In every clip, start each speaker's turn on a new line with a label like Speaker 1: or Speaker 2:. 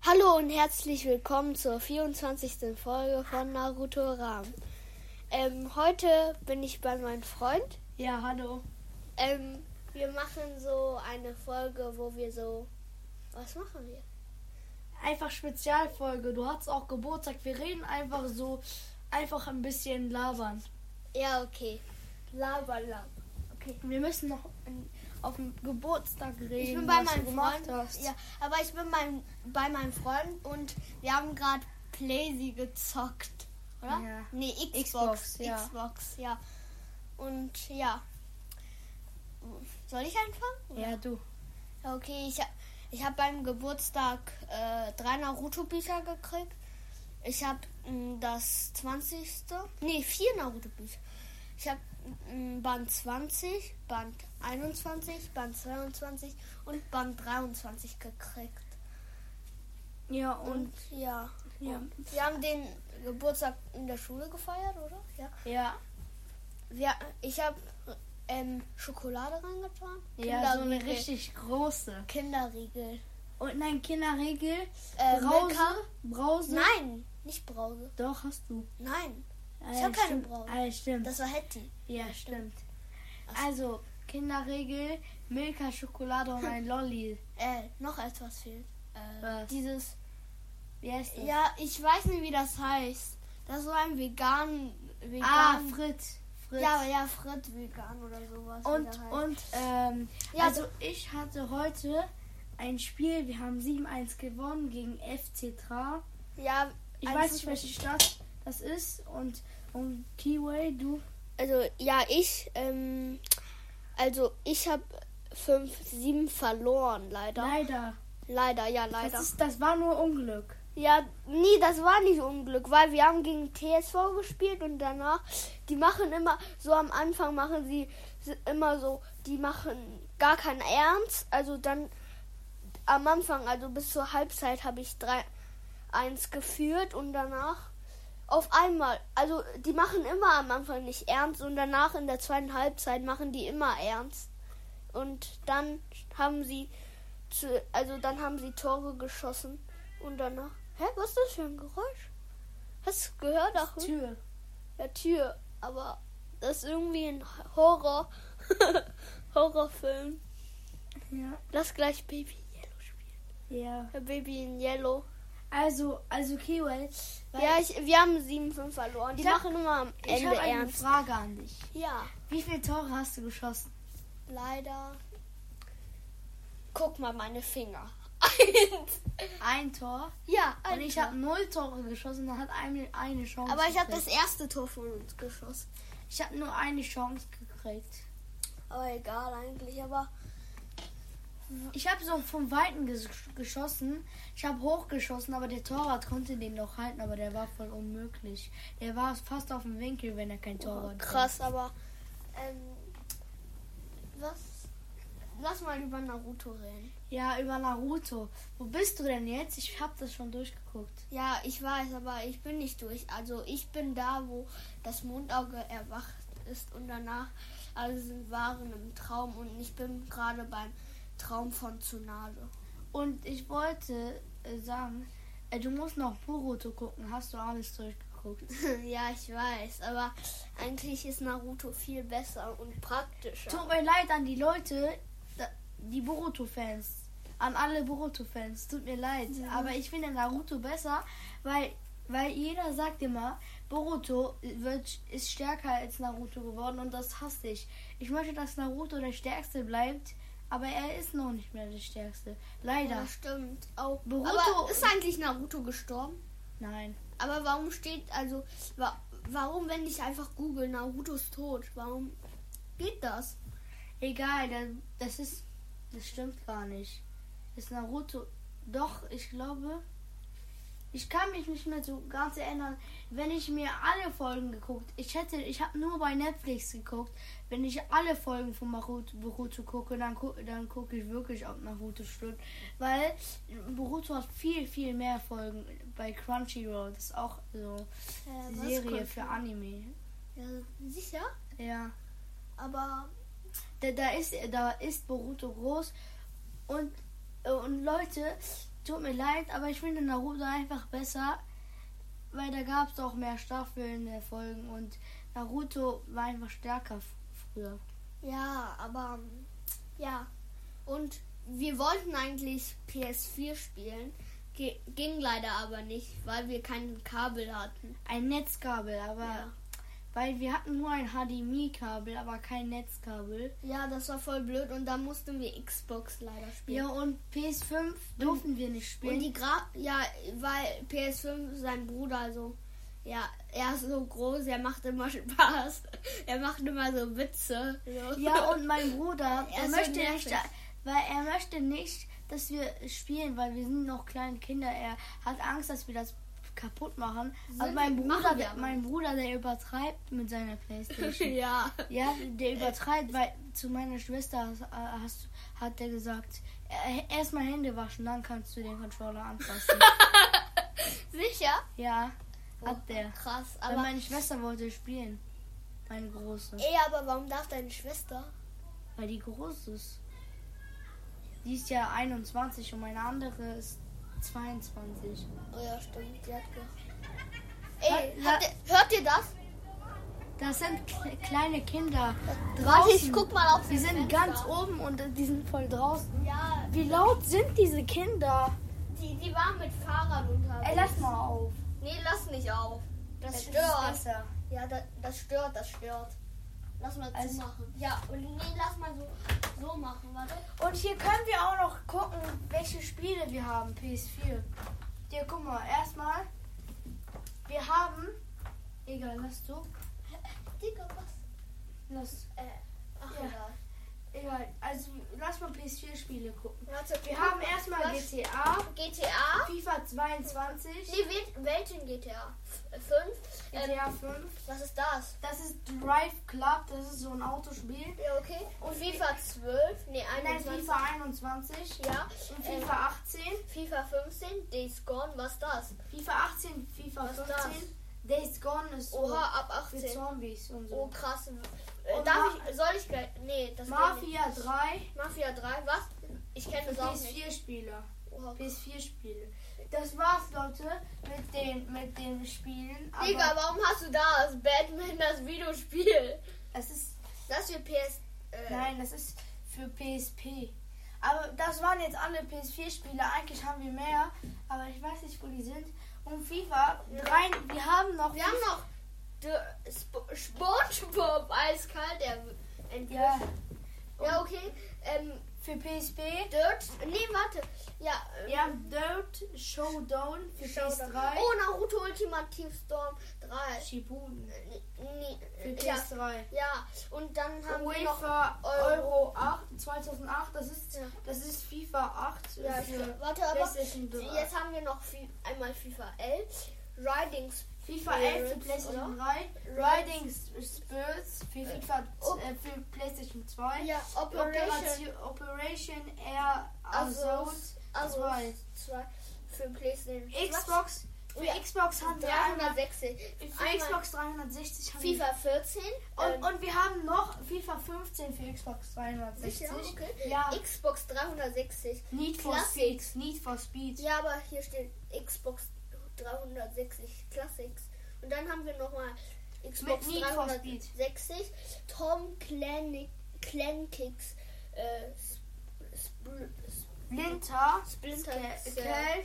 Speaker 1: Hallo und herzlich willkommen zur 24. Folge von Naruto Ram. Ähm, heute bin ich bei meinem Freund.
Speaker 2: Ja, hallo.
Speaker 1: Ähm, wir machen so eine Folge, wo wir so. Was machen wir?
Speaker 2: Einfach Spezialfolge. Du hast auch Geburtstag. Wir reden einfach so, einfach ein bisschen labern.
Speaker 1: Ja, okay. Laber, laber. Okay.
Speaker 2: Wir müssen noch in- auf dem Geburtstag reden.
Speaker 1: Ich bin bei
Speaker 2: was
Speaker 1: meinem
Speaker 2: du gemacht
Speaker 1: Freund.
Speaker 2: Hast.
Speaker 1: Ja, aber ich bin mein, bei meinem Freund und wir haben gerade Playsy gezockt, oder?
Speaker 2: Ja.
Speaker 1: Nee, Xbox.
Speaker 2: Xbox,
Speaker 1: Xbox
Speaker 2: ja.
Speaker 1: ja. Und ja. Soll ich anfangen? oder?
Speaker 2: Ja, du.
Speaker 1: Ja, Okay, ich, hab- ich habe beim Geburtstag äh, drei Naruto-Bücher gekriegt. Ich habe das 20. Nee, vier Naruto-Bücher. Ich habe Band 20, Band 21, Band 22 und Band 23 gekriegt.
Speaker 2: Ja, und,
Speaker 1: Und ja.
Speaker 2: ja.
Speaker 1: Wir haben den Geburtstag in der Schule gefeiert, oder? Ja.
Speaker 2: Ja,
Speaker 1: Wir, ich habe ähm, Schokolade reingetan.
Speaker 2: ja so eine
Speaker 1: Kinderriegel.
Speaker 2: richtig große.
Speaker 1: Kinderriegel.
Speaker 2: Und nein, Kinderregel.
Speaker 1: Äh,
Speaker 2: Brause.
Speaker 1: Milka.
Speaker 2: Brause.
Speaker 1: Nein, nicht Brause.
Speaker 2: Doch, hast du.
Speaker 1: Nein,
Speaker 2: Ah,
Speaker 1: Ich
Speaker 2: ja,
Speaker 1: hab keine
Speaker 2: stimmt.
Speaker 1: Brause.
Speaker 2: Ah, ja, stimmt.
Speaker 1: das war Hetty.
Speaker 2: ja, stimmt. Also, Kinderregel, Milka, Schokolade und ein Lolli.
Speaker 1: Äh, noch etwas fehlt. Äh,
Speaker 2: Was?
Speaker 1: Dieses.
Speaker 2: Wie heißt das?
Speaker 1: Ja, ich weiß nicht, wie das heißt. Das ist so ein vegan. vegan
Speaker 2: Ah, Fritz. Fritz.
Speaker 1: Ja, aber ja, Frit vegan oder sowas. wie
Speaker 2: und
Speaker 1: der heißt.
Speaker 2: und ähm,
Speaker 1: Ja,
Speaker 2: also ich hatte heute ein Spiel, wir haben 7-1 gewonnen gegen FC Tra.
Speaker 1: Ja,
Speaker 2: Ich
Speaker 1: ein
Speaker 2: weiß nicht,
Speaker 1: Fußball-
Speaker 2: welche Stadt das ist und und Kiway, du
Speaker 1: Also, ja, ich. Ähm, also, ich habe 5, 7 verloren, leider.
Speaker 2: leider.
Speaker 1: Leider, ja,
Speaker 2: Das
Speaker 1: leider.
Speaker 2: ist das war nur Unglück.
Speaker 1: Ja, nee, das war nicht Unglück, weil wir haben gegen TSV gespielt und danach, die machen immer, so am Anfang machen sie si- immer so, die machen gar keinen Ernst. Also dann am Anfang, also bis zur Halbzeit habe ich 3-1 geführt und danach auf einmal, also die machen immer am Anfang nicht ernst und danach in der zweiten Halbzeit machen die immer ernst. Und dann haben sie, zu, also dann haben sie Tore geschossen und danach. Hä, was ist das für ein Geräusch? Hast du gehört? Ach,
Speaker 2: Tür.
Speaker 1: ja, Tür. Aber das ist irgendwie ein Horror. Horrorfilm.
Speaker 2: Ja.
Speaker 1: Lass gleich Baby in Yellow spielen.
Speaker 2: Ja.
Speaker 1: Ja, Baby in Yellow.
Speaker 2: Also, also Kiway, weil
Speaker 1: ja, ich, wir haben 7-5 verloren. Die
Speaker 2: Ich hab-
Speaker 1: machen immer am
Speaker 2: ich
Speaker 1: Ende
Speaker 2: habe eine
Speaker 1: ernst.
Speaker 2: Frage an dich.
Speaker 1: Ja,
Speaker 2: Wie viele Tore hast du geschossen?
Speaker 1: leider. Guck mal meine Finger. Eins.
Speaker 2: Ein Tor.
Speaker 1: Ja,
Speaker 2: Und ich habe null Tore geschossen, da hat eine eine Chance.
Speaker 1: Aber ich habe das
Speaker 2: gekriegt.
Speaker 1: erste Tor von uns geschossen.
Speaker 2: ich habe nur eine Chance gekriegt.
Speaker 1: Aber egal eigentlich. Aber
Speaker 2: Ich habe so von Weitem ges geschossen. Ich habe hochgeschossen, aber der Torwart konnte den noch halten, aber der war voll unmöglich. Der war fast auf dem Winkel, wenn er kein Torwart
Speaker 1: Oh, krass, aber ähm, was? Lass mal über Naruto reden.
Speaker 2: war. Ja, über Naruto. Wo bist du denn jetzt? Ich habe das schon durchgeguckt.
Speaker 1: Ja, ich weiß, aber ich bin nicht durch. Also ich bin da, wo das Mondauge erwacht ist und danach alle sind waren im Traum und ich bin gerade beim Traum von Tsunade.
Speaker 2: Und ich wollte äh, sagen, äh, du musst noch Boruto gucken. Hast du alles durchgeguckt?
Speaker 1: ja, ich weiß, aber eigentlich ist Naruto viel besser und praktischer.
Speaker 2: Tut mir leid an die Leute, da- die Boruto-Fans. An alle Boruto-Fans. Tut mir leid. Aber ich finde Naruto besser, weil, weil jeder sagt immer, Boruto wird, ist stärker als Naruto geworden und das hasse ich. Ich möchte, dass Naruto der Stärkste bleibt, aber er ist noch nicht mehr der Stärkste. Leider.
Speaker 1: Ja, stimmt. Auch
Speaker 2: Boruto-
Speaker 1: aber ist eigentlich Naruto gestorben?
Speaker 2: Nein.
Speaker 1: Aber warum steht, also, wa warum, wenn ich einfach google, Naruto ist tot? Warum geht das?
Speaker 2: Egal, da- das ist. Das stimmt gar nicht. Ist Naruto. Doch, ich glaube. Ich kann mich nicht mehr so ganz erinnern, wenn ich mir alle Folgen geguckt. Ich hätte, ich habe nur bei Netflix geguckt. Wenn ich alle Folgen von Naruto, Boruto gucke, dann gucke, dann gucke ich wirklich, ob Naruto stimmt, weil Boruto hat viel, viel mehr Folgen bei Crunchyroll. Das ist auch so
Speaker 1: Äh, was
Speaker 2: Serie
Speaker 1: kommt-
Speaker 2: für Anime.
Speaker 1: Ja, sicher,
Speaker 2: Ja.
Speaker 1: aber
Speaker 2: da, da ist da ist Boruto groß äh, und und Leute Tut mir leid, aber ich finde Naruto einfach besser, weil da gab es auch mehr Staffeln, mehr Folgen und Naruto war einfach stärker f- früher.
Speaker 1: Ja, aber ähm, ja. Und wir wollten eigentlich PS4 spielen, ge ging leider aber nicht, weil wir keinen Kabel hatten.
Speaker 2: Ein Netzkabel, aber
Speaker 1: Ja.
Speaker 2: weil wir hatten nur ein HDMI-Kabel, aber kein Netzkabel.
Speaker 1: Ja, das war voll blöd und da mussten wir Xbox leider
Speaker 2: Ja,
Speaker 1: spielen.
Speaker 2: und PS5 durften wir nicht spielen.
Speaker 1: und die Gra ja, weil PS5 sein Bruder also ja, er ist so groß, er macht immer Spaß. Er macht immer so Witze. So.
Speaker 2: Ja, und mein Bruder,
Speaker 1: Er
Speaker 2: er,
Speaker 1: ist so
Speaker 2: möchte
Speaker 1: nervig.
Speaker 2: nicht, weil er möchte nicht, dass wir spielen, weil wir sind noch kleine Kinder. Er hat Angst, dass wir das kaputt machen. aber
Speaker 1: Sind-
Speaker 2: mein Bruder,
Speaker 1: machen wir aber
Speaker 2: mein Bruder, der übertreibt mit seiner Playstation.
Speaker 1: ja.
Speaker 2: ja, der übertreibt, weil zu meiner Schwester hast, äh, hast, hat er gesagt, "Äh, erstmal Hände waschen, dann kannst du den Controller anfassen.
Speaker 1: Sicher?
Speaker 2: ja, hat der.
Speaker 1: Krass,
Speaker 2: Aber
Speaker 1: Oh. aber
Speaker 2: meine Schwester wollte spielen. Meine große.
Speaker 1: Ey, aber warum darf deine Schwester?
Speaker 2: Weil die groß ist. Die ist ja 21 und meine andere ist 22.
Speaker 1: Oh ja, stimmt, die hat ge-
Speaker 2: Hat-
Speaker 1: Ey, habt
Speaker 2: hat-
Speaker 1: ihr, hört ihr das?
Speaker 2: Das sind kle- kleine Kinder.
Speaker 1: Warte, ich
Speaker 2: Draußen.
Speaker 1: guck mal auf
Speaker 2: Die
Speaker 1: das
Speaker 2: sind
Speaker 1: Fenster.
Speaker 2: ganz oben und die sind voll draußen.
Speaker 1: Ja,
Speaker 2: Wie laut sind diese Kinder?
Speaker 1: die, die waren mit Fahrrad unterwegs.
Speaker 2: Ey, lass mal auf.
Speaker 1: Nee, lass nicht auf. Das,
Speaker 2: Das ist
Speaker 1: stört.
Speaker 2: besser.
Speaker 1: ja, das, das stört, das stört. Lass mal
Speaker 2: Also-
Speaker 1: zumachen. Ja, und nee, lass mal so, so machen, warte.
Speaker 2: Und hier können wir auch noch gucken, welche Spiele wir haben. PS4. Hier, guck mal, erstmal. Wir haben. Egal, lass du.
Speaker 1: Digga, was?
Speaker 2: Lass.
Speaker 1: Äh, ach
Speaker 2: Ja.
Speaker 1: egal.
Speaker 2: Egal. Also, lass mal PS4-Spiele gucken.
Speaker 1: Warte,
Speaker 2: Wir
Speaker 1: guck
Speaker 2: haben
Speaker 1: mal,
Speaker 2: erstmal
Speaker 1: was-
Speaker 2: GTA.
Speaker 1: GTA.
Speaker 2: FIFA 22,
Speaker 1: Nee, wel- welchen GTA? 5? Ähm,
Speaker 2: GTA 5.
Speaker 1: was ist das?
Speaker 2: Das ist Drive Club, das ist so ein Autospiel.
Speaker 1: Ja, okay. Und FIFA 12? Nee,
Speaker 2: Nein,
Speaker 1: 21.
Speaker 2: FIFA 21
Speaker 1: Ja.
Speaker 2: und
Speaker 1: Ähm,
Speaker 2: FIFA 18.
Speaker 1: FIFA 15, Days Gone, was das?
Speaker 2: FIFA 18, FIFA
Speaker 1: Was ist das?
Speaker 2: 15. Days Gone ist
Speaker 1: Oha, ab
Speaker 2: so für
Speaker 1: 18.
Speaker 2: Zombies und
Speaker 1: Oh,
Speaker 2: so.
Speaker 1: krass. Äh,
Speaker 2: Und
Speaker 1: darf
Speaker 2: Ma-
Speaker 1: ich, soll ich gleich, nee, das geht nicht.
Speaker 2: Mafia 3
Speaker 1: Mafia 3, was? Ich kenne das auch nicht.
Speaker 2: PS4-Spieler.
Speaker 1: Oha.
Speaker 2: PS4-Spiele. Das war's, Leute, mit den, mit den Spielen. Aber
Speaker 1: Digga, warum hast du das? Batman, das Videospiel.
Speaker 2: es ist
Speaker 1: Das für PS... Äh,
Speaker 2: Nein, das ist für PSP. Aber das waren jetzt alle PS4-Spiele. Eigentlich haben wir mehr, aber ich weiß nicht, wo die sind. Und FIFA drei. Wir haben noch.
Speaker 1: Wir haben noch The Sp Spongebob, eiskalt, der entwirft.
Speaker 2: Ja,
Speaker 1: ja, okay. Ähm,
Speaker 2: für PSP.
Speaker 1: Dirt, nee, warte. Ja, ähm,
Speaker 2: Wir haben Dirt Showdown für PS3.
Speaker 1: Oh, Naruto Ultimative Storm 3.
Speaker 2: Shibun
Speaker 1: Nee, nee,
Speaker 2: für
Speaker 1: ja,
Speaker 2: PS3.
Speaker 1: ja, und dann haben wir noch.
Speaker 2: UEFA
Speaker 1: Euro.
Speaker 2: Euro 8 2008. Das ist
Speaker 1: Ja.
Speaker 2: das ist FIFA 8
Speaker 1: Ja, ich,
Speaker 2: für
Speaker 1: warte, aber
Speaker 2: PlayStation 3.
Speaker 1: jetzt haben wir noch fi einmal FIFA 11, Riding
Speaker 2: FIFA 11 für
Speaker 1: Spirits,
Speaker 2: PlayStation
Speaker 1: oder?
Speaker 2: 3, Riding Spirits für FIFA
Speaker 1: Oh.
Speaker 2: äh, für PlayStation 2,
Speaker 1: ja, Operation
Speaker 2: Operation, Operation Air Assault
Speaker 1: Assault also
Speaker 2: zwei.
Speaker 1: 2 für PlayStation 2.
Speaker 2: Xbox für
Speaker 1: Ja.
Speaker 2: Xbox haben wir einmal
Speaker 1: 360.
Speaker 2: für
Speaker 1: einmal-
Speaker 2: Xbox 360 haben
Speaker 1: FIFA 14
Speaker 2: wir,
Speaker 1: ähm,
Speaker 2: und, und wir haben noch FIFA 15 für Xbox 360.
Speaker 1: sicher, okay.
Speaker 2: Ja,
Speaker 1: Xbox 360.
Speaker 2: Need for
Speaker 1: Classic.
Speaker 2: Speed, Need for Speed.
Speaker 1: Ja, aber hier steht Xbox 360 Classics. Und dann haben wir nochmal Xbox
Speaker 2: Mit Need for Speed.
Speaker 1: 360 Tom Clancy Clankicks äh, Sp-
Speaker 2: Linter,
Speaker 1: Splinter
Speaker 2: Ke-
Speaker 1: Cell.
Speaker 2: Kell.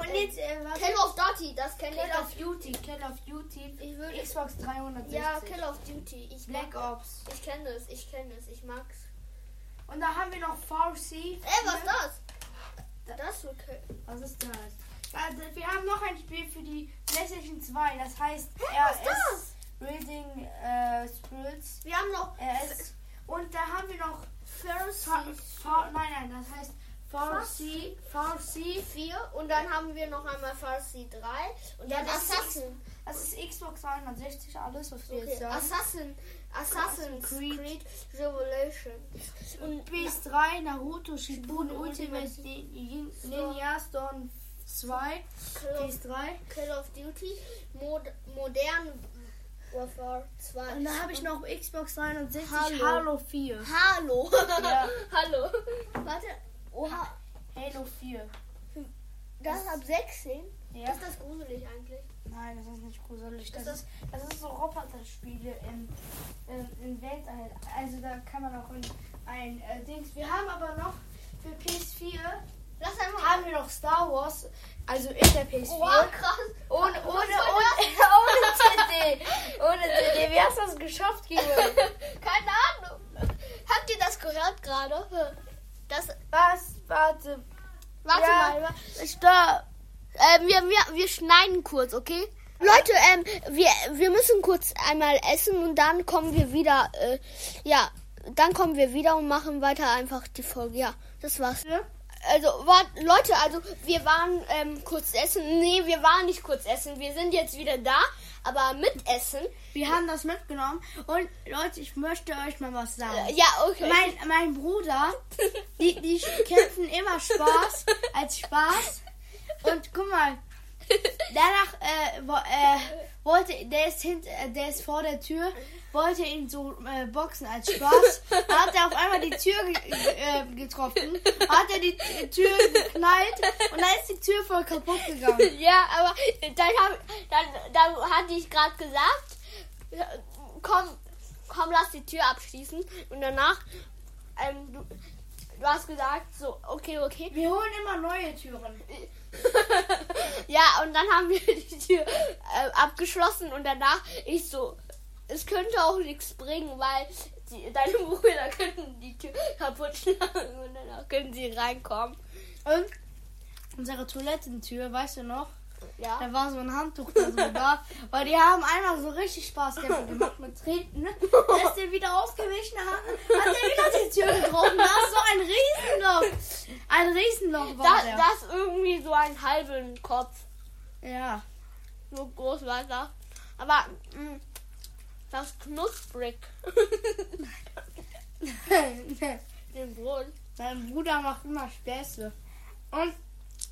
Speaker 2: Und jetzt äh, was?
Speaker 1: Call of Duty, das kenne
Speaker 2: Call
Speaker 1: ich.
Speaker 2: of Duty, Call of Duty,
Speaker 1: Ich würde-
Speaker 2: Xbox 360.
Speaker 1: Ja, Call of Duty. Ich
Speaker 2: Black
Speaker 1: mag,
Speaker 2: Ops.
Speaker 1: Ich kenne es, ich kenne es, ich mag's.
Speaker 2: Und da haben wir noch VC.
Speaker 1: Ey, was ist das? Das ist okay.
Speaker 2: Was ist das? Also, wir haben noch ein Spiel für die PlayStation 2. Das heißt
Speaker 1: was ist
Speaker 2: RS Reading äh, Spirits.
Speaker 1: Wir haben noch
Speaker 2: RS. Und da haben wir noch Fa-
Speaker 1: Pharisee
Speaker 2: Fa- nein, nein, das heißt VC. VC.
Speaker 1: 4 und dann haben wir noch einmal Pharisee 3 und
Speaker 2: Ja,
Speaker 1: dann
Speaker 2: das ist-
Speaker 1: Assassin.
Speaker 2: Das ist Xbox 360, alles, was wir
Speaker 1: Okay.
Speaker 2: jetzt sagen.
Speaker 1: Assassin, Assassin's
Speaker 2: Creed.
Speaker 1: Creed. Revelation. also, Und
Speaker 2: PS3, Naruto, Shippuden,
Speaker 1: Shippuden,
Speaker 2: Ultimate
Speaker 1: Ultimate
Speaker 2: Nin- Nin- Ninja Storm 2,
Speaker 1: Call of,
Speaker 2: PS3.
Speaker 1: Call of Duty, Mod Modern Warfare 2.
Speaker 2: Und da habe ich noch Xbox 360,
Speaker 1: Halo.
Speaker 2: Halo 4.
Speaker 1: Hallo.
Speaker 2: Ja.
Speaker 1: Hallo. Warte. Oha.
Speaker 2: Halo 4.
Speaker 1: Das,
Speaker 2: Das-
Speaker 1: ab 16?
Speaker 2: Ja.
Speaker 1: Ist das gruselig eigentlich?
Speaker 2: Nein, das ist nicht gruselig. Das,
Speaker 1: Das
Speaker 2: ist, das ist so Roboterspiele im, im, im Weltall. Also da kann man auch in ein äh, Dings. Wir haben aber noch für PS4
Speaker 1: Lass einfach. Oh,
Speaker 2: haben wir noch Star Wars, also in der PS4.
Speaker 1: Wow, krass.
Speaker 2: Ohne, ohne,
Speaker 1: Was war
Speaker 2: ohne, ohne CD. Ohne CD. Wie hast du das geschafft, Kimo?
Speaker 1: Keine Ahnung. Habt ihr das gehört gerade? Das.
Speaker 2: Was? Warte.
Speaker 1: Warte
Speaker 2: Ja.
Speaker 1: mal. wa- Stopp. Ähm, wir, wir, wir schneiden kurz, okay? Leute, ähm, wir, wir müssen kurz einmal essen und dann kommen wir wieder. Äh, ja, dann kommen wir wieder und machen weiter einfach die Folge. Ja, das war's. Also, wart, Leute, also wir waren ähm, kurz essen. Nee, wir waren nicht kurz essen. Wir sind jetzt wieder da, aber mit Essen.
Speaker 2: Wir haben das mitgenommen. Und Leute, ich möchte euch mal was sagen.
Speaker 1: Äh, ja, okay.
Speaker 2: Mein, mein Bruder, die, die kämpfen immer Spaß als Spaß. Und guck mal, danach äh, wo, äh, wollte, der ist hinter, äh, der ist vor der Tür, wollte ihn so äh, boxen als Spaß. Da hat er auf einmal die Tür ge äh, getroffen, hat er die T- Tür geknallt und dann ist die Tür voll kaputt gegangen.
Speaker 1: Ja, aber dann, hab, dann, dann hatte ich gerade gesagt, ja, komm, komm, lass die Tür abschließen. Und danach, ähm, du, du hast gesagt, so, okay, okay.
Speaker 2: Wir holen immer neue Türen.
Speaker 1: ja, und dann haben wir die Tür äh, abgeschlossen und danach ich so, es könnte auch nichts bringen, weil die, deine Brüder könnten die Tür kaputt schlagen und danach können sie reinkommen.
Speaker 2: Und unsere Toilettentür, weißt du noch?
Speaker 1: Ja.
Speaker 2: Da war so ein Handtuch da so da. Weil die haben einmal so richtig Spaßkämpfe gemacht mit Treten. Ne? Da ist der wieder ausgewichen, hat, hat der wieder die Tür getroffen. Da ist so ein Riesenloch. Ein Riesenloch war
Speaker 1: Da,
Speaker 2: der.
Speaker 1: da ist irgendwie so ein halben Kopf.
Speaker 2: Ja.
Speaker 1: So groß war das. Aber mh, das knusprig. Den Brot.
Speaker 2: Mein Bruder macht immer Späße. Und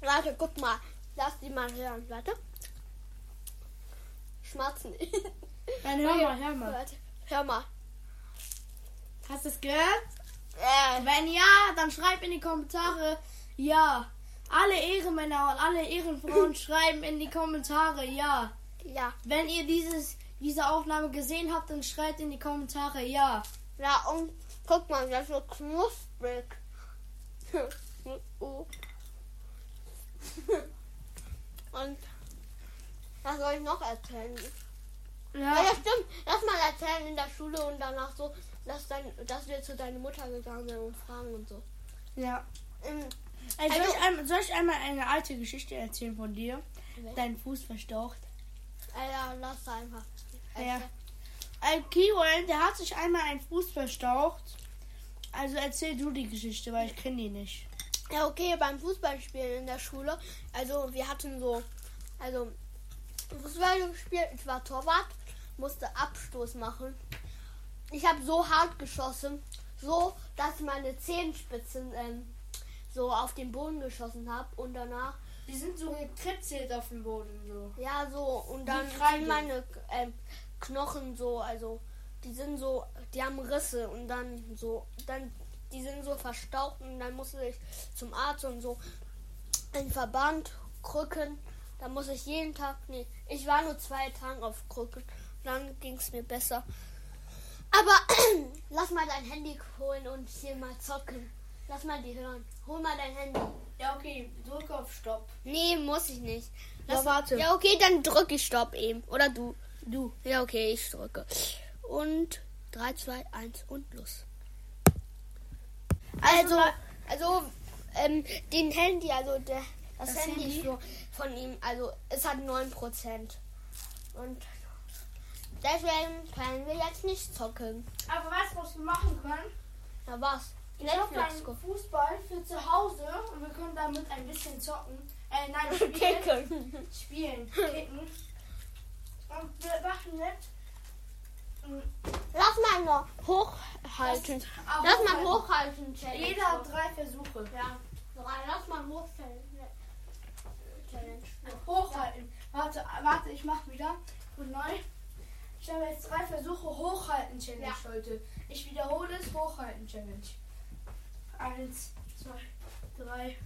Speaker 1: Warte, guck mal. Lass die mal hören. Warte. Schmatzen.
Speaker 2: dann hör mal, hör mal.
Speaker 1: Warte. Hör mal.
Speaker 2: Hast du es gehört?
Speaker 1: Äh,
Speaker 2: Wenn ja, dann schreib in die Kommentare ja. Alle Ehrenmänner und alle Ehrenfrauen schreiben in die Kommentare ja.
Speaker 1: ja.
Speaker 2: Wenn ihr dieses, diese Aufnahme gesehen habt, dann schreibt in die Kommentare ja.
Speaker 1: Ja, und guck mal, das wird knusprig. oh. und was soll ich noch erzählen? Ja, ja, stimmt. Lass mal erzählen in der Schule und danach so, dass, dein, dass wir zu deiner Mutter gegangen sind und fragen und so.
Speaker 2: ja.
Speaker 1: Ähm,
Speaker 2: Ey, soll,
Speaker 1: Also-
Speaker 2: ich einmal, soll ich einmal eine alte Geschichte erzählen von dir?
Speaker 1: Okay.
Speaker 2: Dein Fuß verstaucht.
Speaker 1: Alter, Äh, lass einfach.
Speaker 2: Ja. Ein Kiron, der hat sich einmal einen Fuß verstaucht. Also erzähl du die Geschichte, weil ich kenne die nicht.
Speaker 1: Ja, okay, beim Fußballspielen in der Schule. Also, wir hatten so, also, Fußball gespielt. Ich war Torwart, musste Abstoß machen. Ich habe so hart geschossen, so, dass meine Zehenspitzen ähm, so auf den Boden geschossen habe und danach
Speaker 2: Die sind so gekritzelt auf dem Boden so.
Speaker 1: Ja, so. Und dann
Speaker 2: Kreide.
Speaker 1: sind meine ähm, Knochen so, also die sind so, die haben Risse und dann so, dann die sind so verstaucht und dann musste ich zum Arzt und so einen Verband krücken. Da muss ich jeden Tag, nee, ich war nur zwei Tage auf Krücken. Dann ging es mir besser. Aber lass mal dein Handy holen und hier mal zocken. Lass mal die hören. Hol mal dein Handy.
Speaker 2: Ja, okay, drück auf Stopp.
Speaker 1: Nee, muss ich nicht.
Speaker 2: Ja, warte.
Speaker 1: Ja, okay, dann drücke ich Stopp eben. Oder du.
Speaker 2: Du.
Speaker 1: Ja, okay, ich drücke. Und 3, 2, 1 und los. Also, also, ähm, den Handy, also der, das,
Speaker 2: Das
Speaker 1: Handy,
Speaker 2: Handy?
Speaker 1: ist nur von ihm, also es hat 9%. Und deswegen können wir jetzt nicht zocken.
Speaker 2: Aber weißt du, was wir machen können?
Speaker 1: Na was?
Speaker 2: Ich habe
Speaker 1: Netflix
Speaker 2: einen Fußball für zu Hause und wir können damit ein bisschen zocken. Äh, nein,
Speaker 1: gucken.
Speaker 2: spielen.
Speaker 1: Kicken.
Speaker 2: Spielen. Kicken. Und wir machen jetzt. mm,
Speaker 1: Lass mal nur hochhalten.
Speaker 2: auch
Speaker 1: Lass mal
Speaker 2: hochhalten.
Speaker 1: hochhalten, Challenge.
Speaker 2: Jeder hat drei Versuche.
Speaker 1: Ja, Nora, lass mal Wurf-Challenge. Challenge.
Speaker 2: Hochhalten. Warte, warte, ich mach wieder. Von neu. Ich habe jetzt drei Versuche. Hochhalten Challenge
Speaker 1: Ja.
Speaker 2: heute. Ich wiederhole es. Hochhalten Challenge. Eins, zwei, drei.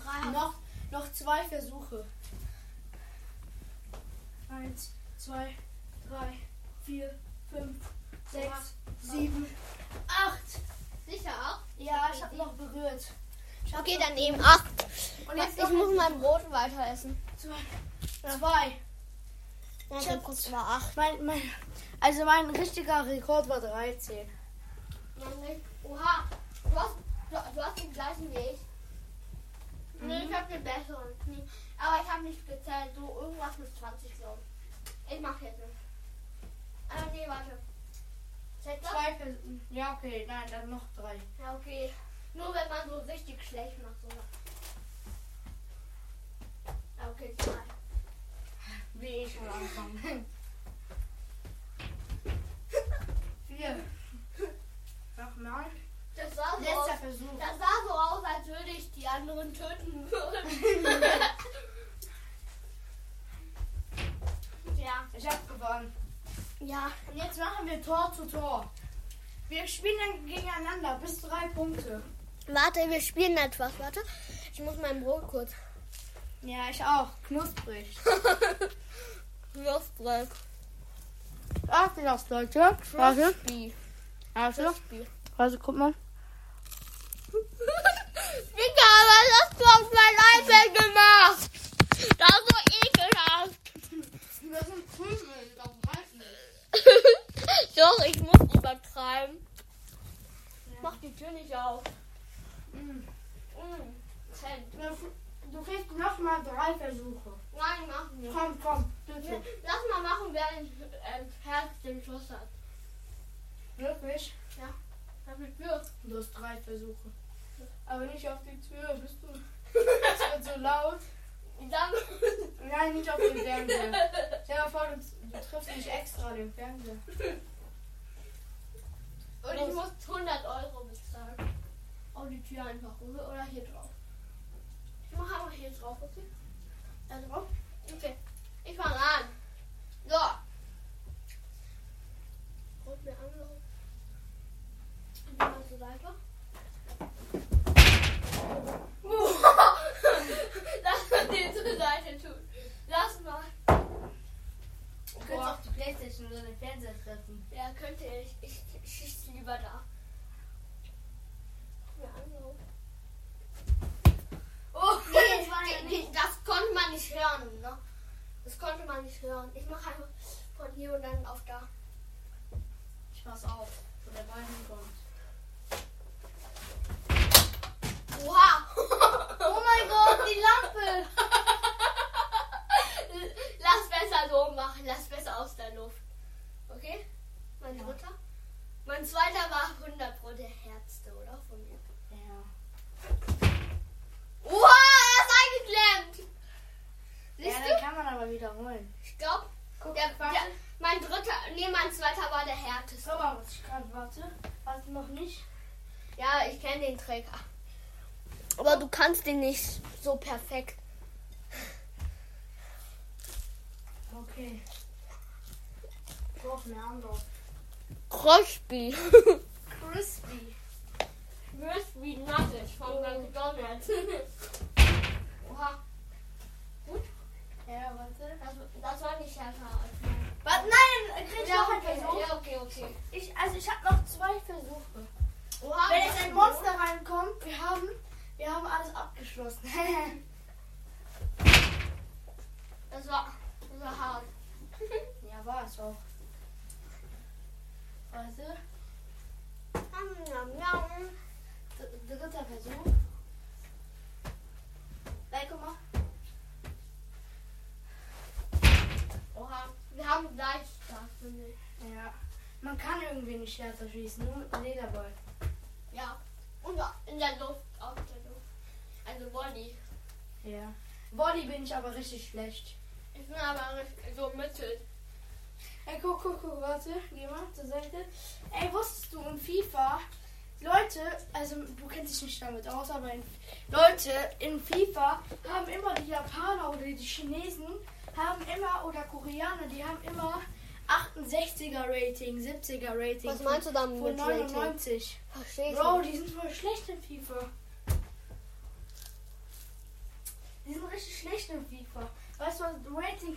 Speaker 1: Drei.
Speaker 2: Noch, Noch zwei Versuche. Eins, zwei, drei, vier, fünf, sechs, sieben, acht.
Speaker 1: Sicher auch?
Speaker 2: Ja, ich habe noch berührt. Ich hab
Speaker 3: Okay,
Speaker 2: noch
Speaker 3: dann eben acht.
Speaker 2: Und jetzt
Speaker 3: Ich
Speaker 2: noch
Speaker 3: muss mein Brot weiter essen.
Speaker 2: zwei. zwei.
Speaker 3: Mein Rekord war acht.
Speaker 4: Mein, mein, also mein richtiger Rekord war 13.
Speaker 1: Oha, du hast, du, du hast den gleichen wie ich.
Speaker 2: Mhm.
Speaker 1: Nee, ich hab den besseren. Nee. Aber ich hab nicht gezählt. So irgendwas mit 20, glaube ich. Ich mach jetzt nicht. Ah, nee, warte. Zählt das?
Speaker 2: Zwei Versuche. Ja, okay, nein, dann noch drei.
Speaker 1: Ja, okay. Nur wenn man so richtig schlecht macht. So. Ja, okay, zwei.
Speaker 2: Wie ich am Anfang. Vier. Nochmal.
Speaker 1: Das sah so aus.
Speaker 2: Letzter Versuch.
Speaker 1: Das sah so aus, als würde ich die anderen töten würden. ja.
Speaker 2: Ich hab gewonnen.
Speaker 3: Ja,
Speaker 2: Und jetzt machen wir Tor zu Tor. Wir spielen dann gegeneinander bis drei Punkte.
Speaker 3: warte, wir spielen etwas. Warte, ich muss mein Brot kurz.
Speaker 2: Ja, ich auch. Knusprig.
Speaker 3: Wurstbrot.
Speaker 4: Achtet das, Leute. Warte. Also, also guck mal.
Speaker 3: Digga, was hast du auf mein iPad gemacht? Das ist so ekelhaft.
Speaker 2: Das sind Krümel. Das weiß nicht.
Speaker 3: Doch, ich muss übertreiben. Mach die Tür nicht auf.
Speaker 2: Mm.
Speaker 1: Mm. Zehn.
Speaker 2: Du, du kriegst nochmal drei Versuche.
Speaker 1: Nein, machen wir.
Speaker 2: Komm, komm, bitte.
Speaker 1: Lass mal machen, wer den ähm, Herz den Schuss hat.
Speaker 2: Wirklich?
Speaker 1: Damit wir.
Speaker 2: Du hast drei Versuche. Aber nicht auf die Tür, bist du? Das wird so laut.
Speaker 1: Dann,
Speaker 2: Nein, nicht auf den Fernseher. Stell dir mal vor, du, du triffst nicht extra den Fernseher.
Speaker 1: und ich muss 100 Euro bezahlen. Auf die Tür einfach, oder? Oder hier drauf. Ich mache einfach hier drauf, okay? Da
Speaker 2: Also,
Speaker 1: drauf? Okay. Ich fange an. So. Ruf mir an, so. Und dann machst du weiter. Lass mal den zur Seite tun. Lass mal.
Speaker 2: Du könntest auf die Playstation oder den Fernseher treffen.
Speaker 1: Ja, könnte ich. Ich schieße lieber da. Guck mir an, so. Oh,
Speaker 2: Nee, das war ja
Speaker 1: die- die- das konnte man nicht hören, ne? Das konnte man nicht hören. Ich mache einfach von hier und dann auf da.
Speaker 2: Ich pass auf, wo der Ball hinkommt.
Speaker 1: Oha!
Speaker 2: Oh mein Gott, die Lampe!
Speaker 1: Lass besser so machen. Lass besser aus der Luft. Okay? Mein dritter. Mein zweiter war 100 Pro der Herzte, oder? Von mir.
Speaker 2: Ja.
Speaker 1: Oha, er ist eingeklemmt!
Speaker 2: Ja,
Speaker 1: Siehst
Speaker 2: dann kann man aber wiederholen.
Speaker 1: du? Stopp.
Speaker 2: Guck,
Speaker 1: Der,
Speaker 2: warte.
Speaker 1: der, mein dritter, nee, mein zweiter war der härteste.
Speaker 2: Schau mal, was ich gerade warte. Warte noch nicht.
Speaker 1: Ja, ich kenne den Trick.
Speaker 3: Aber du kannst den nicht so perfekt.
Speaker 2: Okay. Ich brauche eine andere.
Speaker 3: Crosby.
Speaker 2: Crispy.
Speaker 1: Crispy Nuggets von McDonalds. Oha,
Speaker 2: Ja, warte.
Speaker 1: das, das war nicht härter als mein.
Speaker 2: Was? Nein, krieg ich noch einen
Speaker 1: okay,
Speaker 2: Versuch?
Speaker 1: ja, okay, okay.
Speaker 2: Ich, also ich habe noch zwei Versuche.
Speaker 1: Oha,
Speaker 2: Wenn jetzt ein Monster reinkommt, wir haben, wir haben alles abgeschlossen.
Speaker 1: Das war, das war hart.
Speaker 2: ja, war es auch. Warte,
Speaker 1: Nom, nom, nom.
Speaker 2: dr- dritter Versuch. Nein, guck mal.
Speaker 1: Oha, wir haben gleich das, finde ich.
Speaker 2: Ja. Man kann irgendwie nicht härter schießen, nur mit einem Lederball.
Speaker 1: Ja, und in der Luft, auf der Luft. Also Bonnie.
Speaker 2: Ja. Volley bin ich aber richtig schlecht.
Speaker 1: Ich bin aber richtig- so mittel.
Speaker 2: Ey, guck, guck, guck, warte, geh mal zur Seite. Ey, wusstest du, in FIFA, Leute, also du kennst dich nicht damit aus, aber in, Leute, in FIFA haben immer die Japaner oder die Chinesen, haben immer, oder Koreaner, die haben immer 68er Rating, 70er Rating.
Speaker 3: Was meinst du damit
Speaker 2: Von
Speaker 3: mit Rating?
Speaker 2: 99.
Speaker 3: Verstehe ich
Speaker 2: Bro,
Speaker 3: nicht.
Speaker 2: die sind voll schlecht in FIFA. Die sind richtig schlecht in FIFA. Weißt du, was Rating.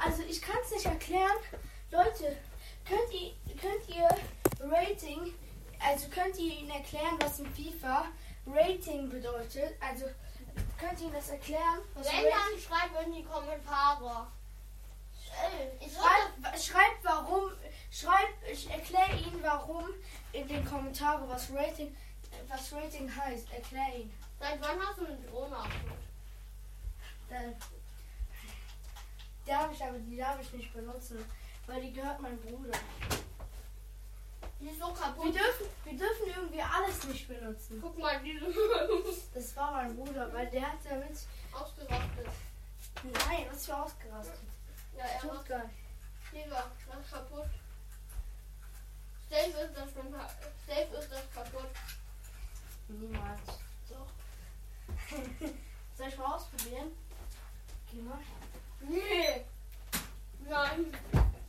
Speaker 2: Also ich kann es nicht erklären. Leute, könnt ihr, könnt ihr Rating, also könnt ihr ihnen erklären, was in FIFA Rating bedeutet? Also könnt ihr ihnen das erklären? Was
Speaker 1: Wenn dann schreibt in die Kommentare. Ey, Ich würde
Speaker 2: Schreibt, schreibt warum, schreibt, ich erkläre Ihnen warum in den Kommentaren, was Rating, was Rating heißt. Erkläre Ihnen.
Speaker 1: seit wann hast du eine Drohne abgeholt?
Speaker 2: Dann, die darf ich aber, die darf ich nicht benutzen, weil die gehört meinem Bruder.
Speaker 1: Die ist so
Speaker 2: Wir
Speaker 1: kaputt.
Speaker 2: dürfen, wir dürfen irgendwie alles nicht benutzen.
Speaker 1: Guck mal, die sind
Speaker 2: Das war mein Bruder, weil der hat damit,
Speaker 1: ausgerastet.
Speaker 2: nein, was für ausgerastet.
Speaker 1: Ja, er macht
Speaker 2: Tut gar nicht.
Speaker 1: Digga, mach kaputt. Safe ist das schon ka- Safe ist das kaputt.
Speaker 2: Niemals. Doch. Soll ich mal ausprobieren? Geh mal.
Speaker 1: Nee. Nein.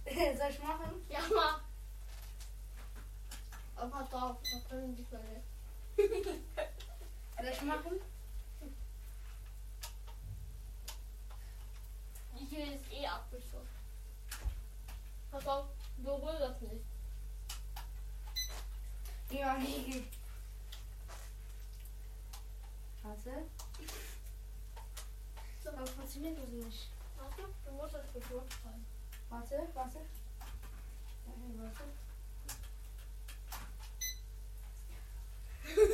Speaker 2: Soll ich machen?
Speaker 1: Ja, mach. Aber pass auf, das können die verletzen.
Speaker 2: Soll ich machen?
Speaker 1: Die hier ist eh abgeschossen. Pass auf, berühr das nicht.
Speaker 2: Ja, nee. Warte. So, aber funktioniert das nicht.
Speaker 1: Warte, du musst das Geburt schreiben.
Speaker 2: Warte, warte. Nein, warte.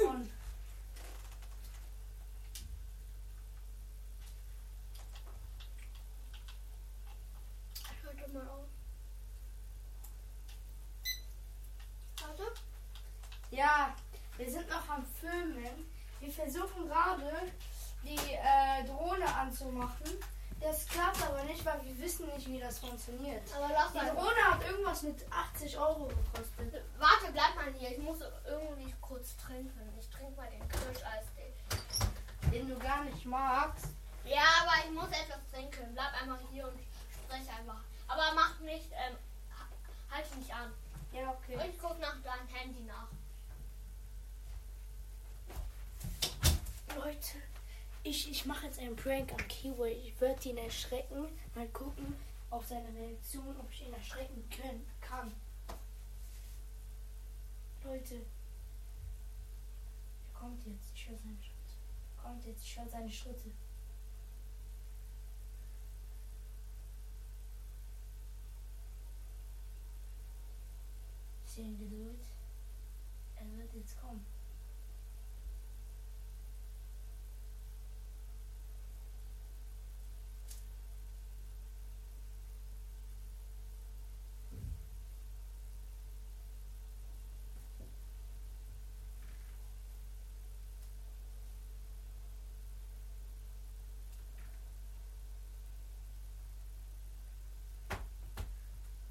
Speaker 2: Und.
Speaker 1: Hört mal auf. Warte.
Speaker 2: Ja, wir sind noch am Filmen. Wir versuchen gerade die äh, Drohne anzumachen. Das klappt aber nicht, weil wir wissen nicht, wie das funktioniert.
Speaker 1: Aber lass
Speaker 2: Die
Speaker 1: mal.
Speaker 2: Drohne hat irgendwas mit 80 Euro gekostet.
Speaker 1: Warte, bleib mal hier. Ich muss irgendwie kurz trinken. Ich trinke mal den Kirscheistee.
Speaker 2: den du gar nicht magst.
Speaker 1: Ja, aber ich muss etwas trinken. Bleib einfach hier und sprech einfach. Aber mach nicht, ähm, ha- halt mich an.
Speaker 2: Ja, okay.
Speaker 1: Ich guck nach deinem Handy nach.
Speaker 2: Leute, ich, ich mache jetzt einen Prank am Kiwi. Ich werde ihn erschrecken. Mal gucken auf seine Reaktion, ob ich ihn erschrecken können, kann. Leute, er kommt jetzt. Ich höre seinen Schritt. Er kommt jetzt. Ich höre seine Schritte. Ich sehe ihn Geduld. Er wird jetzt kommen.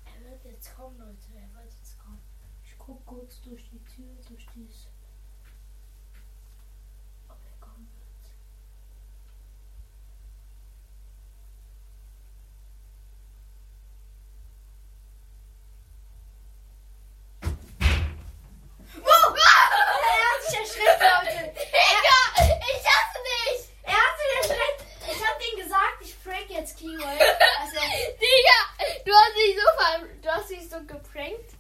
Speaker 2: Er wird jetzt kommen, Leute. Er wird jetzt kommen. Ich guck kurz durch die Tür, durch dies. Ob er kommen wird. Er hat sich erschreckt, Leute.
Speaker 1: Digga, ich hasse dich!
Speaker 2: Er hat sich erschreckt. Ich hab denen gesagt, ich prank jetzt Keyword. Also,
Speaker 1: Digga, du hast dich so, ver du hast dich so geprankt.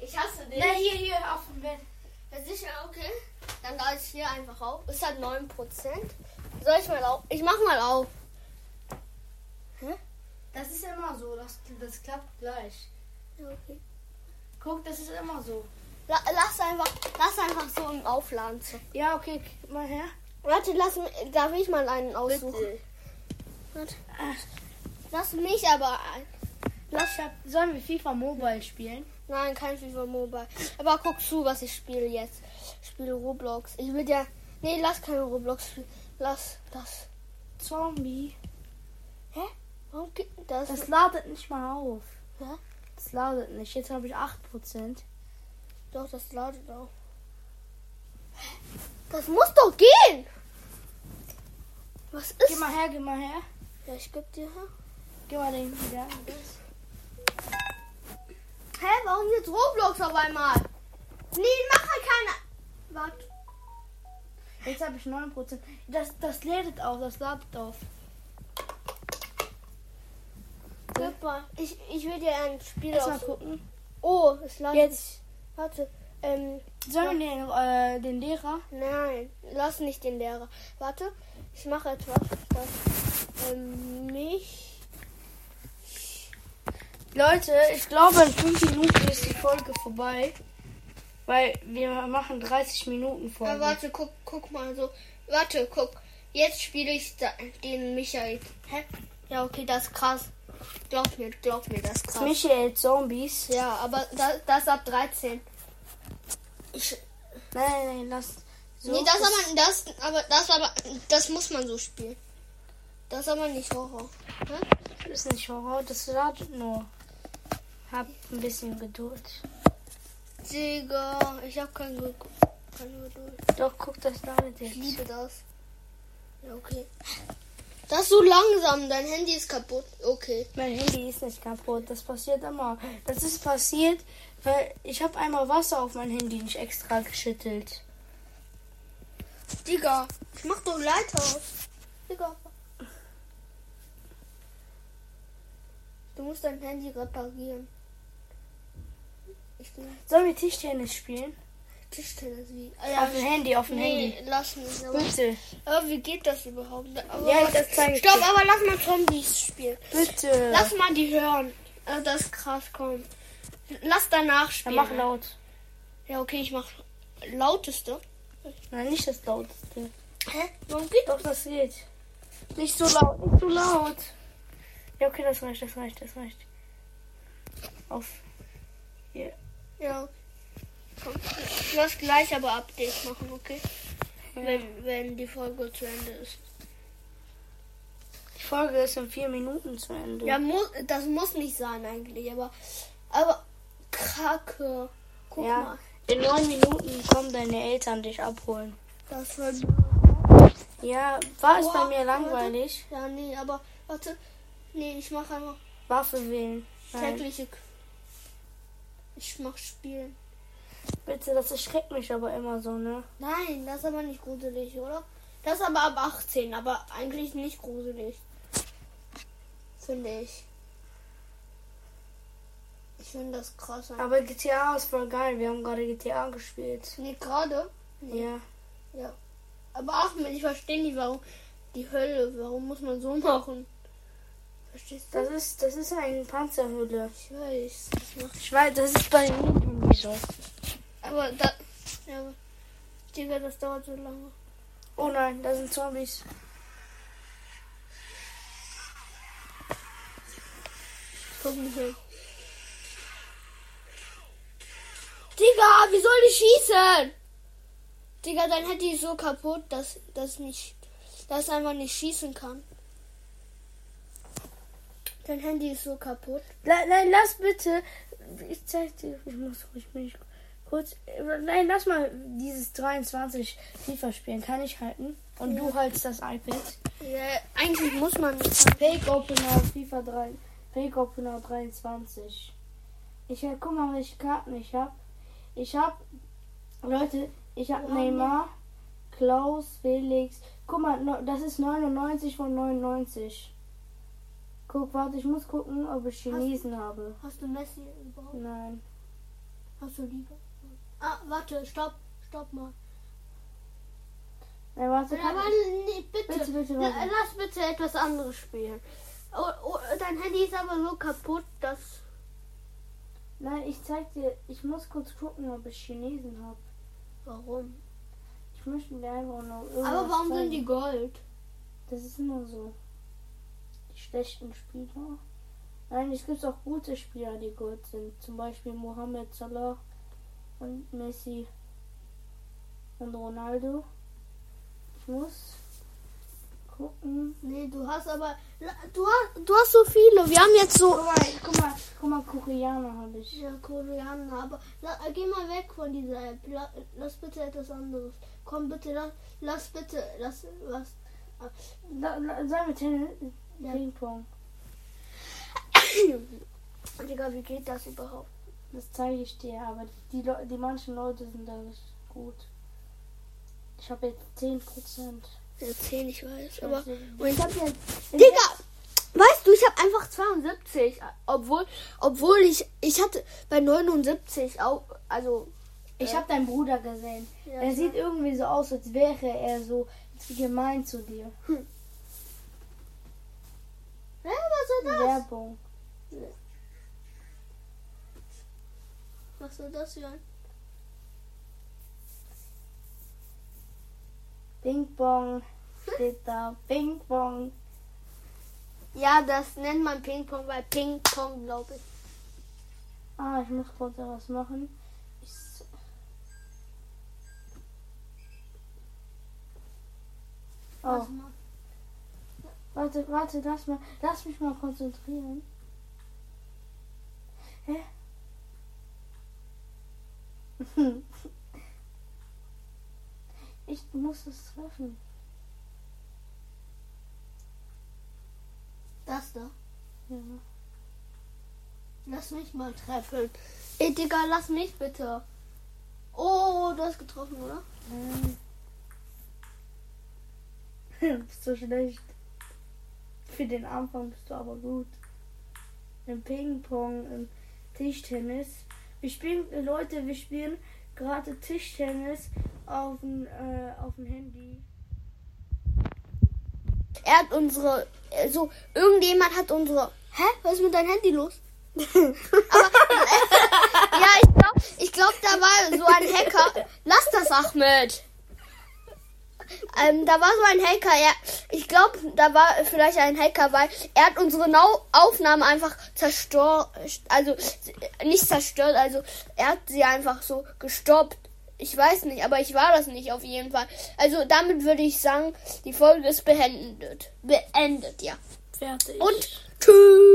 Speaker 1: Ich hasse dich.
Speaker 2: na, hier, hier, auf dem Bett.
Speaker 1: Ja, sicher, okay. Dann lade ich hier einfach auf. Ist halt 9%. Soll ich mal auf? Ich mach mal auf.
Speaker 2: Das ist immer so. Das, das klappt gleich.
Speaker 1: Ja, okay.
Speaker 2: Guck, das ist immer so.
Speaker 1: La lass einfach, lass einfach so im Aufladen zu.
Speaker 2: Ja, okay, gib mal her.
Speaker 1: Warte, lass mich, darf ich mal einen aussuchen? Warte. Lass mich aber ein.
Speaker 2: Ah, Ich hab, sollen wir FIFA Mobile spielen?
Speaker 1: Nein, kein FIFA Mobile. Aber guck zu, was ich spiele jetzt. Ich spiele Roblox. Ich will ja. Nee, lass keine Roblox spielen. Lass das.
Speaker 2: Zombie.
Speaker 1: Warum geht das?
Speaker 2: Das ladet nicht mal auf.
Speaker 1: Hä?
Speaker 2: Das ladet nicht. Jetzt habe ich 8%.
Speaker 1: Doch, das lautet auch. Das muss doch gehen! Was
Speaker 2: Geh
Speaker 1: ist?
Speaker 2: mal her, geh mal her.
Speaker 1: Ja, ich geb dir. her.
Speaker 2: Geh mal den wieder.
Speaker 1: Hä, warum jetzt Roblox auf einmal? Nee, mach halt keine. Warte.
Speaker 2: Jetzt habe ich 9%. Das, das lädt auf, das ladet auf.
Speaker 1: Guck mal, ich, ich will dir ein Spiel
Speaker 2: Lass mal
Speaker 1: aus.
Speaker 2: gucken.
Speaker 1: Oh, es ladet.
Speaker 2: Jetzt.
Speaker 1: Warte. Ähm,
Speaker 2: Sollen wir den, äh, den Lehrer?
Speaker 1: nein, lass nicht den Lehrer. Warte, ich mache etwas, das ähm, mich.
Speaker 2: Leute, ich glaube, in 5 Minuten ist die Folge vorbei. Weil wir machen 30 Minuten
Speaker 1: Ah,
Speaker 2: Folge.
Speaker 1: warte, guck, guck mal so. Warte, guck. Jetzt spiele ich da, den Michael. Hä? Ja, okay, das ist krass. Glaub mir, glaub mir, das ist krass.
Speaker 2: Michael Zombies.
Speaker 1: Ja, aber das, das ist ab 13.
Speaker 2: Nein, nein, nein, lass. So
Speaker 1: nee, das aber das aber das aber das muss man so spielen. Das ist aber nicht Horror.
Speaker 2: ist nicht Horror, das ladet nur. Hab ein bisschen Geduld.
Speaker 1: Digga, ich hab kein Glück. Keine Geduld.
Speaker 2: Doch, guck, das ladet
Speaker 1: Ich
Speaker 2: jetzt.
Speaker 1: liebe das. Ja, okay. Das ist so langsam, dein Handy ist kaputt. Okay.
Speaker 2: Mein Handy ist nicht kaputt, das passiert immer. Das ist passiert, weil ich habe einmal Wasser auf mein Handy nicht extra geschüttelt.
Speaker 1: Digga, ich mach doch Leiter aus. Digga. Du musst dein Handy reparieren. Ich bin
Speaker 2: Sollen wir Tischtennis spielen?
Speaker 1: Tischtennis wie. Ah
Speaker 2: auf dem Handy, auf dem
Speaker 1: Nee, lass nicht.
Speaker 2: Handy.
Speaker 1: Aber,
Speaker 2: Bitte,
Speaker 1: aber wie geht das überhaupt? Aber,
Speaker 2: Ja, das zeig ich
Speaker 1: Stopp,
Speaker 2: dir.
Speaker 1: aber lass mal Zombies spielen.
Speaker 2: bitte.
Speaker 1: Lass mal die hören. Also das ist krass, komm. Lass danach
Speaker 2: Dann
Speaker 1: spielen.
Speaker 2: mach laut.
Speaker 1: Ja, okay, ich mach lauteste.
Speaker 2: Nein, nicht das lauteste.
Speaker 1: Hä? Warum geht
Speaker 2: Doch, das geht. Nicht so laut, nicht so laut. Ja, okay, das reicht, das reicht, das reicht. Auf.
Speaker 1: Ja. Komm, lass gleich aber Updates machen, okay? Wenn, wenn die Folge zu Ende ist.
Speaker 2: Die Folge ist in vier Minuten zu Ende.
Speaker 1: Ja, muss, das muss nicht sein eigentlich, aber. Aber. Kacke. Guck
Speaker 2: Ja.
Speaker 1: mal.
Speaker 2: In neun Minuten kommen deine Eltern dich abholen.
Speaker 1: Das war.
Speaker 2: Ja, war es
Speaker 1: Boah,
Speaker 2: bei mir
Speaker 1: warte.
Speaker 2: langweilig?
Speaker 1: Ja, nee, aber. Warte. Nee, ich mach einfach
Speaker 2: Waffe wählen. Nein.
Speaker 1: tägliche. K- Ich mach Spielen.
Speaker 2: Bitte, das erschreckt mich aber immer so, ne?
Speaker 1: Nein, das ist aber nicht gruselig, oder? Das ist aber ab 18, aber eigentlich nicht gruselig. Finde ich. Ich finde das krass. an-
Speaker 2: Aber GTA ist voll geil. Wir haben gerade GTA gespielt.
Speaker 1: Nee, gerade.
Speaker 2: Ja.
Speaker 1: Aber Ahmed, ich verstehe nicht, warum. Die Hölle, warum muss man so machen? Verstehst du?
Speaker 2: Das ist, das ist eine Panzerhülle.
Speaker 1: Ich weiß. Das macht,
Speaker 2: Ich weiß, das ist bei mir irgendwie so.
Speaker 1: aber da. Ja, aber- Digga, das dauert so lange.
Speaker 2: Oh nein, da sind Zombies.
Speaker 1: Guck mich hin. Digga, wie soll ich schießen? Digga, dein Handy ist so kaputt, dass das nicht, dass einfach nicht schießen kann. Dein Handy ist so kaputt.
Speaker 2: La- Nein, lass bitte. Ich zeig dir. Ich muss ruhig mich kurz. Nein, lass mal dieses 23 FIFA spielen. Kann ich halten. Und du haltst das iPad.
Speaker 1: Ja, eigentlich muss man nicht.
Speaker 2: Fake Opener FIFA 3. Fake Opener 23. Ich hab- guck mal, welche Karten ich hab. Ich hab. Leute, ich hab Neymar, Klaus, Felix. Guck mal, no- das ist 99 von 99. Guck, warte, ich muss gucken, ob ich Chinesen habe.
Speaker 1: Hast du Messi überhaupt?
Speaker 2: Nein.
Speaker 1: Hast du Liga? Ah, warte, stopp, stopp mal.
Speaker 2: Nein, Äh, warte,
Speaker 1: Aber
Speaker 2: kann,
Speaker 1: nee, Also bitte,
Speaker 2: Bitte, bitte,
Speaker 1: Na,
Speaker 2: warte.
Speaker 1: lass bitte etwas anderes spielen. Oh, oh, dein Handy ist aber so kaputt, dass
Speaker 2: nein, ich zeig dir, ich muss kurz gucken, ob ich Chinesen habe.
Speaker 1: warum?
Speaker 2: Ich möchte mir einfach nur irgendwas
Speaker 1: Aber warum
Speaker 2: zeigen.
Speaker 1: sind die Gold?
Speaker 2: Das ist immer so. Die schlechten Spieler. Nein, es gibt auch gute Spieler, die gut sind. Zum Beispiel Mohamed Salah und Messi und Ronaldo. Ich muss gucken.
Speaker 1: Nee, du hast aber. Du hast, du hast so viele. Wir haben jetzt so.
Speaker 2: Guck mal, guck mal, guck mal Koreaner habe ich.
Speaker 1: Ja, Koreaner, aber la, geh mal weg von dieser App. La, lass bitte etwas anderes. Komm bitte, lass, lass bitte, lass was.
Speaker 2: Da, da, sei mit Tennis.
Speaker 1: Ja.
Speaker 2: Ping-Pong.
Speaker 1: Digga, wie geht das überhaupt?
Speaker 2: Das zeige ich dir, aber die, Leu- die manchen Leute sind da richtig gut. Ich habe jetzt 10%.
Speaker 1: Ja, 10, ich weiß. Aber.
Speaker 2: Scheiße.
Speaker 1: Und ich hab jetzt.
Speaker 2: In
Speaker 1: Digga! Weißt du, ich habe einfach 72. Obwohl, obwohl ich. Ich hatte bei 79 auch. Also.
Speaker 2: Ich habe deinen Bruder gesehen. er sieht irgendwie so aus, als wäre er so gemein zu dir.
Speaker 1: Hä, was war das?
Speaker 2: Werbung.
Speaker 1: Was war das, Jörn?
Speaker 2: Bing Bong steht da. Bing Bong.
Speaker 1: Ja, das nennt man Ping-Pong, weil Ping-Pong, glaube ich.
Speaker 2: Ah, ich muss kurz was machen. Ich s- Oh. Warte, warte, lass mal, lass mich mal konzentrieren. Hä? Ich muss es treffen.
Speaker 1: Das da.
Speaker 2: Ja.
Speaker 1: Lass mich mal treffen. Ey, Digga, lass mich bitte. Oh, du hast getroffen, oder?
Speaker 2: Hm. Ähm. bist du schlecht. Für den Anfang bist du aber gut. Im Ping-Pong, im Tischtennis. Wir spielen, äh, Leute, wir spielen gerade Tischtennis auf dem äh, auf dem Handy.
Speaker 1: Er hat unsere. Also, irgendjemand hat unsere. Hä? Was ist mit deinem Handy los? Aber, ja, ich glaube, ich glaub, da war so ein Hacker. Lass das, Ahmed. Ähm, da war so ein Hacker, ja. Ich glaube, da war vielleicht ein Hacker, weil er hat unsere Nau Aufnahme einfach zerstört. Also, nicht zerstört, also er hat sie einfach so gestoppt. Ich weiß nicht, aber ich war das nicht auf jeden Fall. Also damit würde ich sagen, die Folge ist beendet. Beendet, ja.
Speaker 5: Fertig.
Speaker 1: Und tschüss.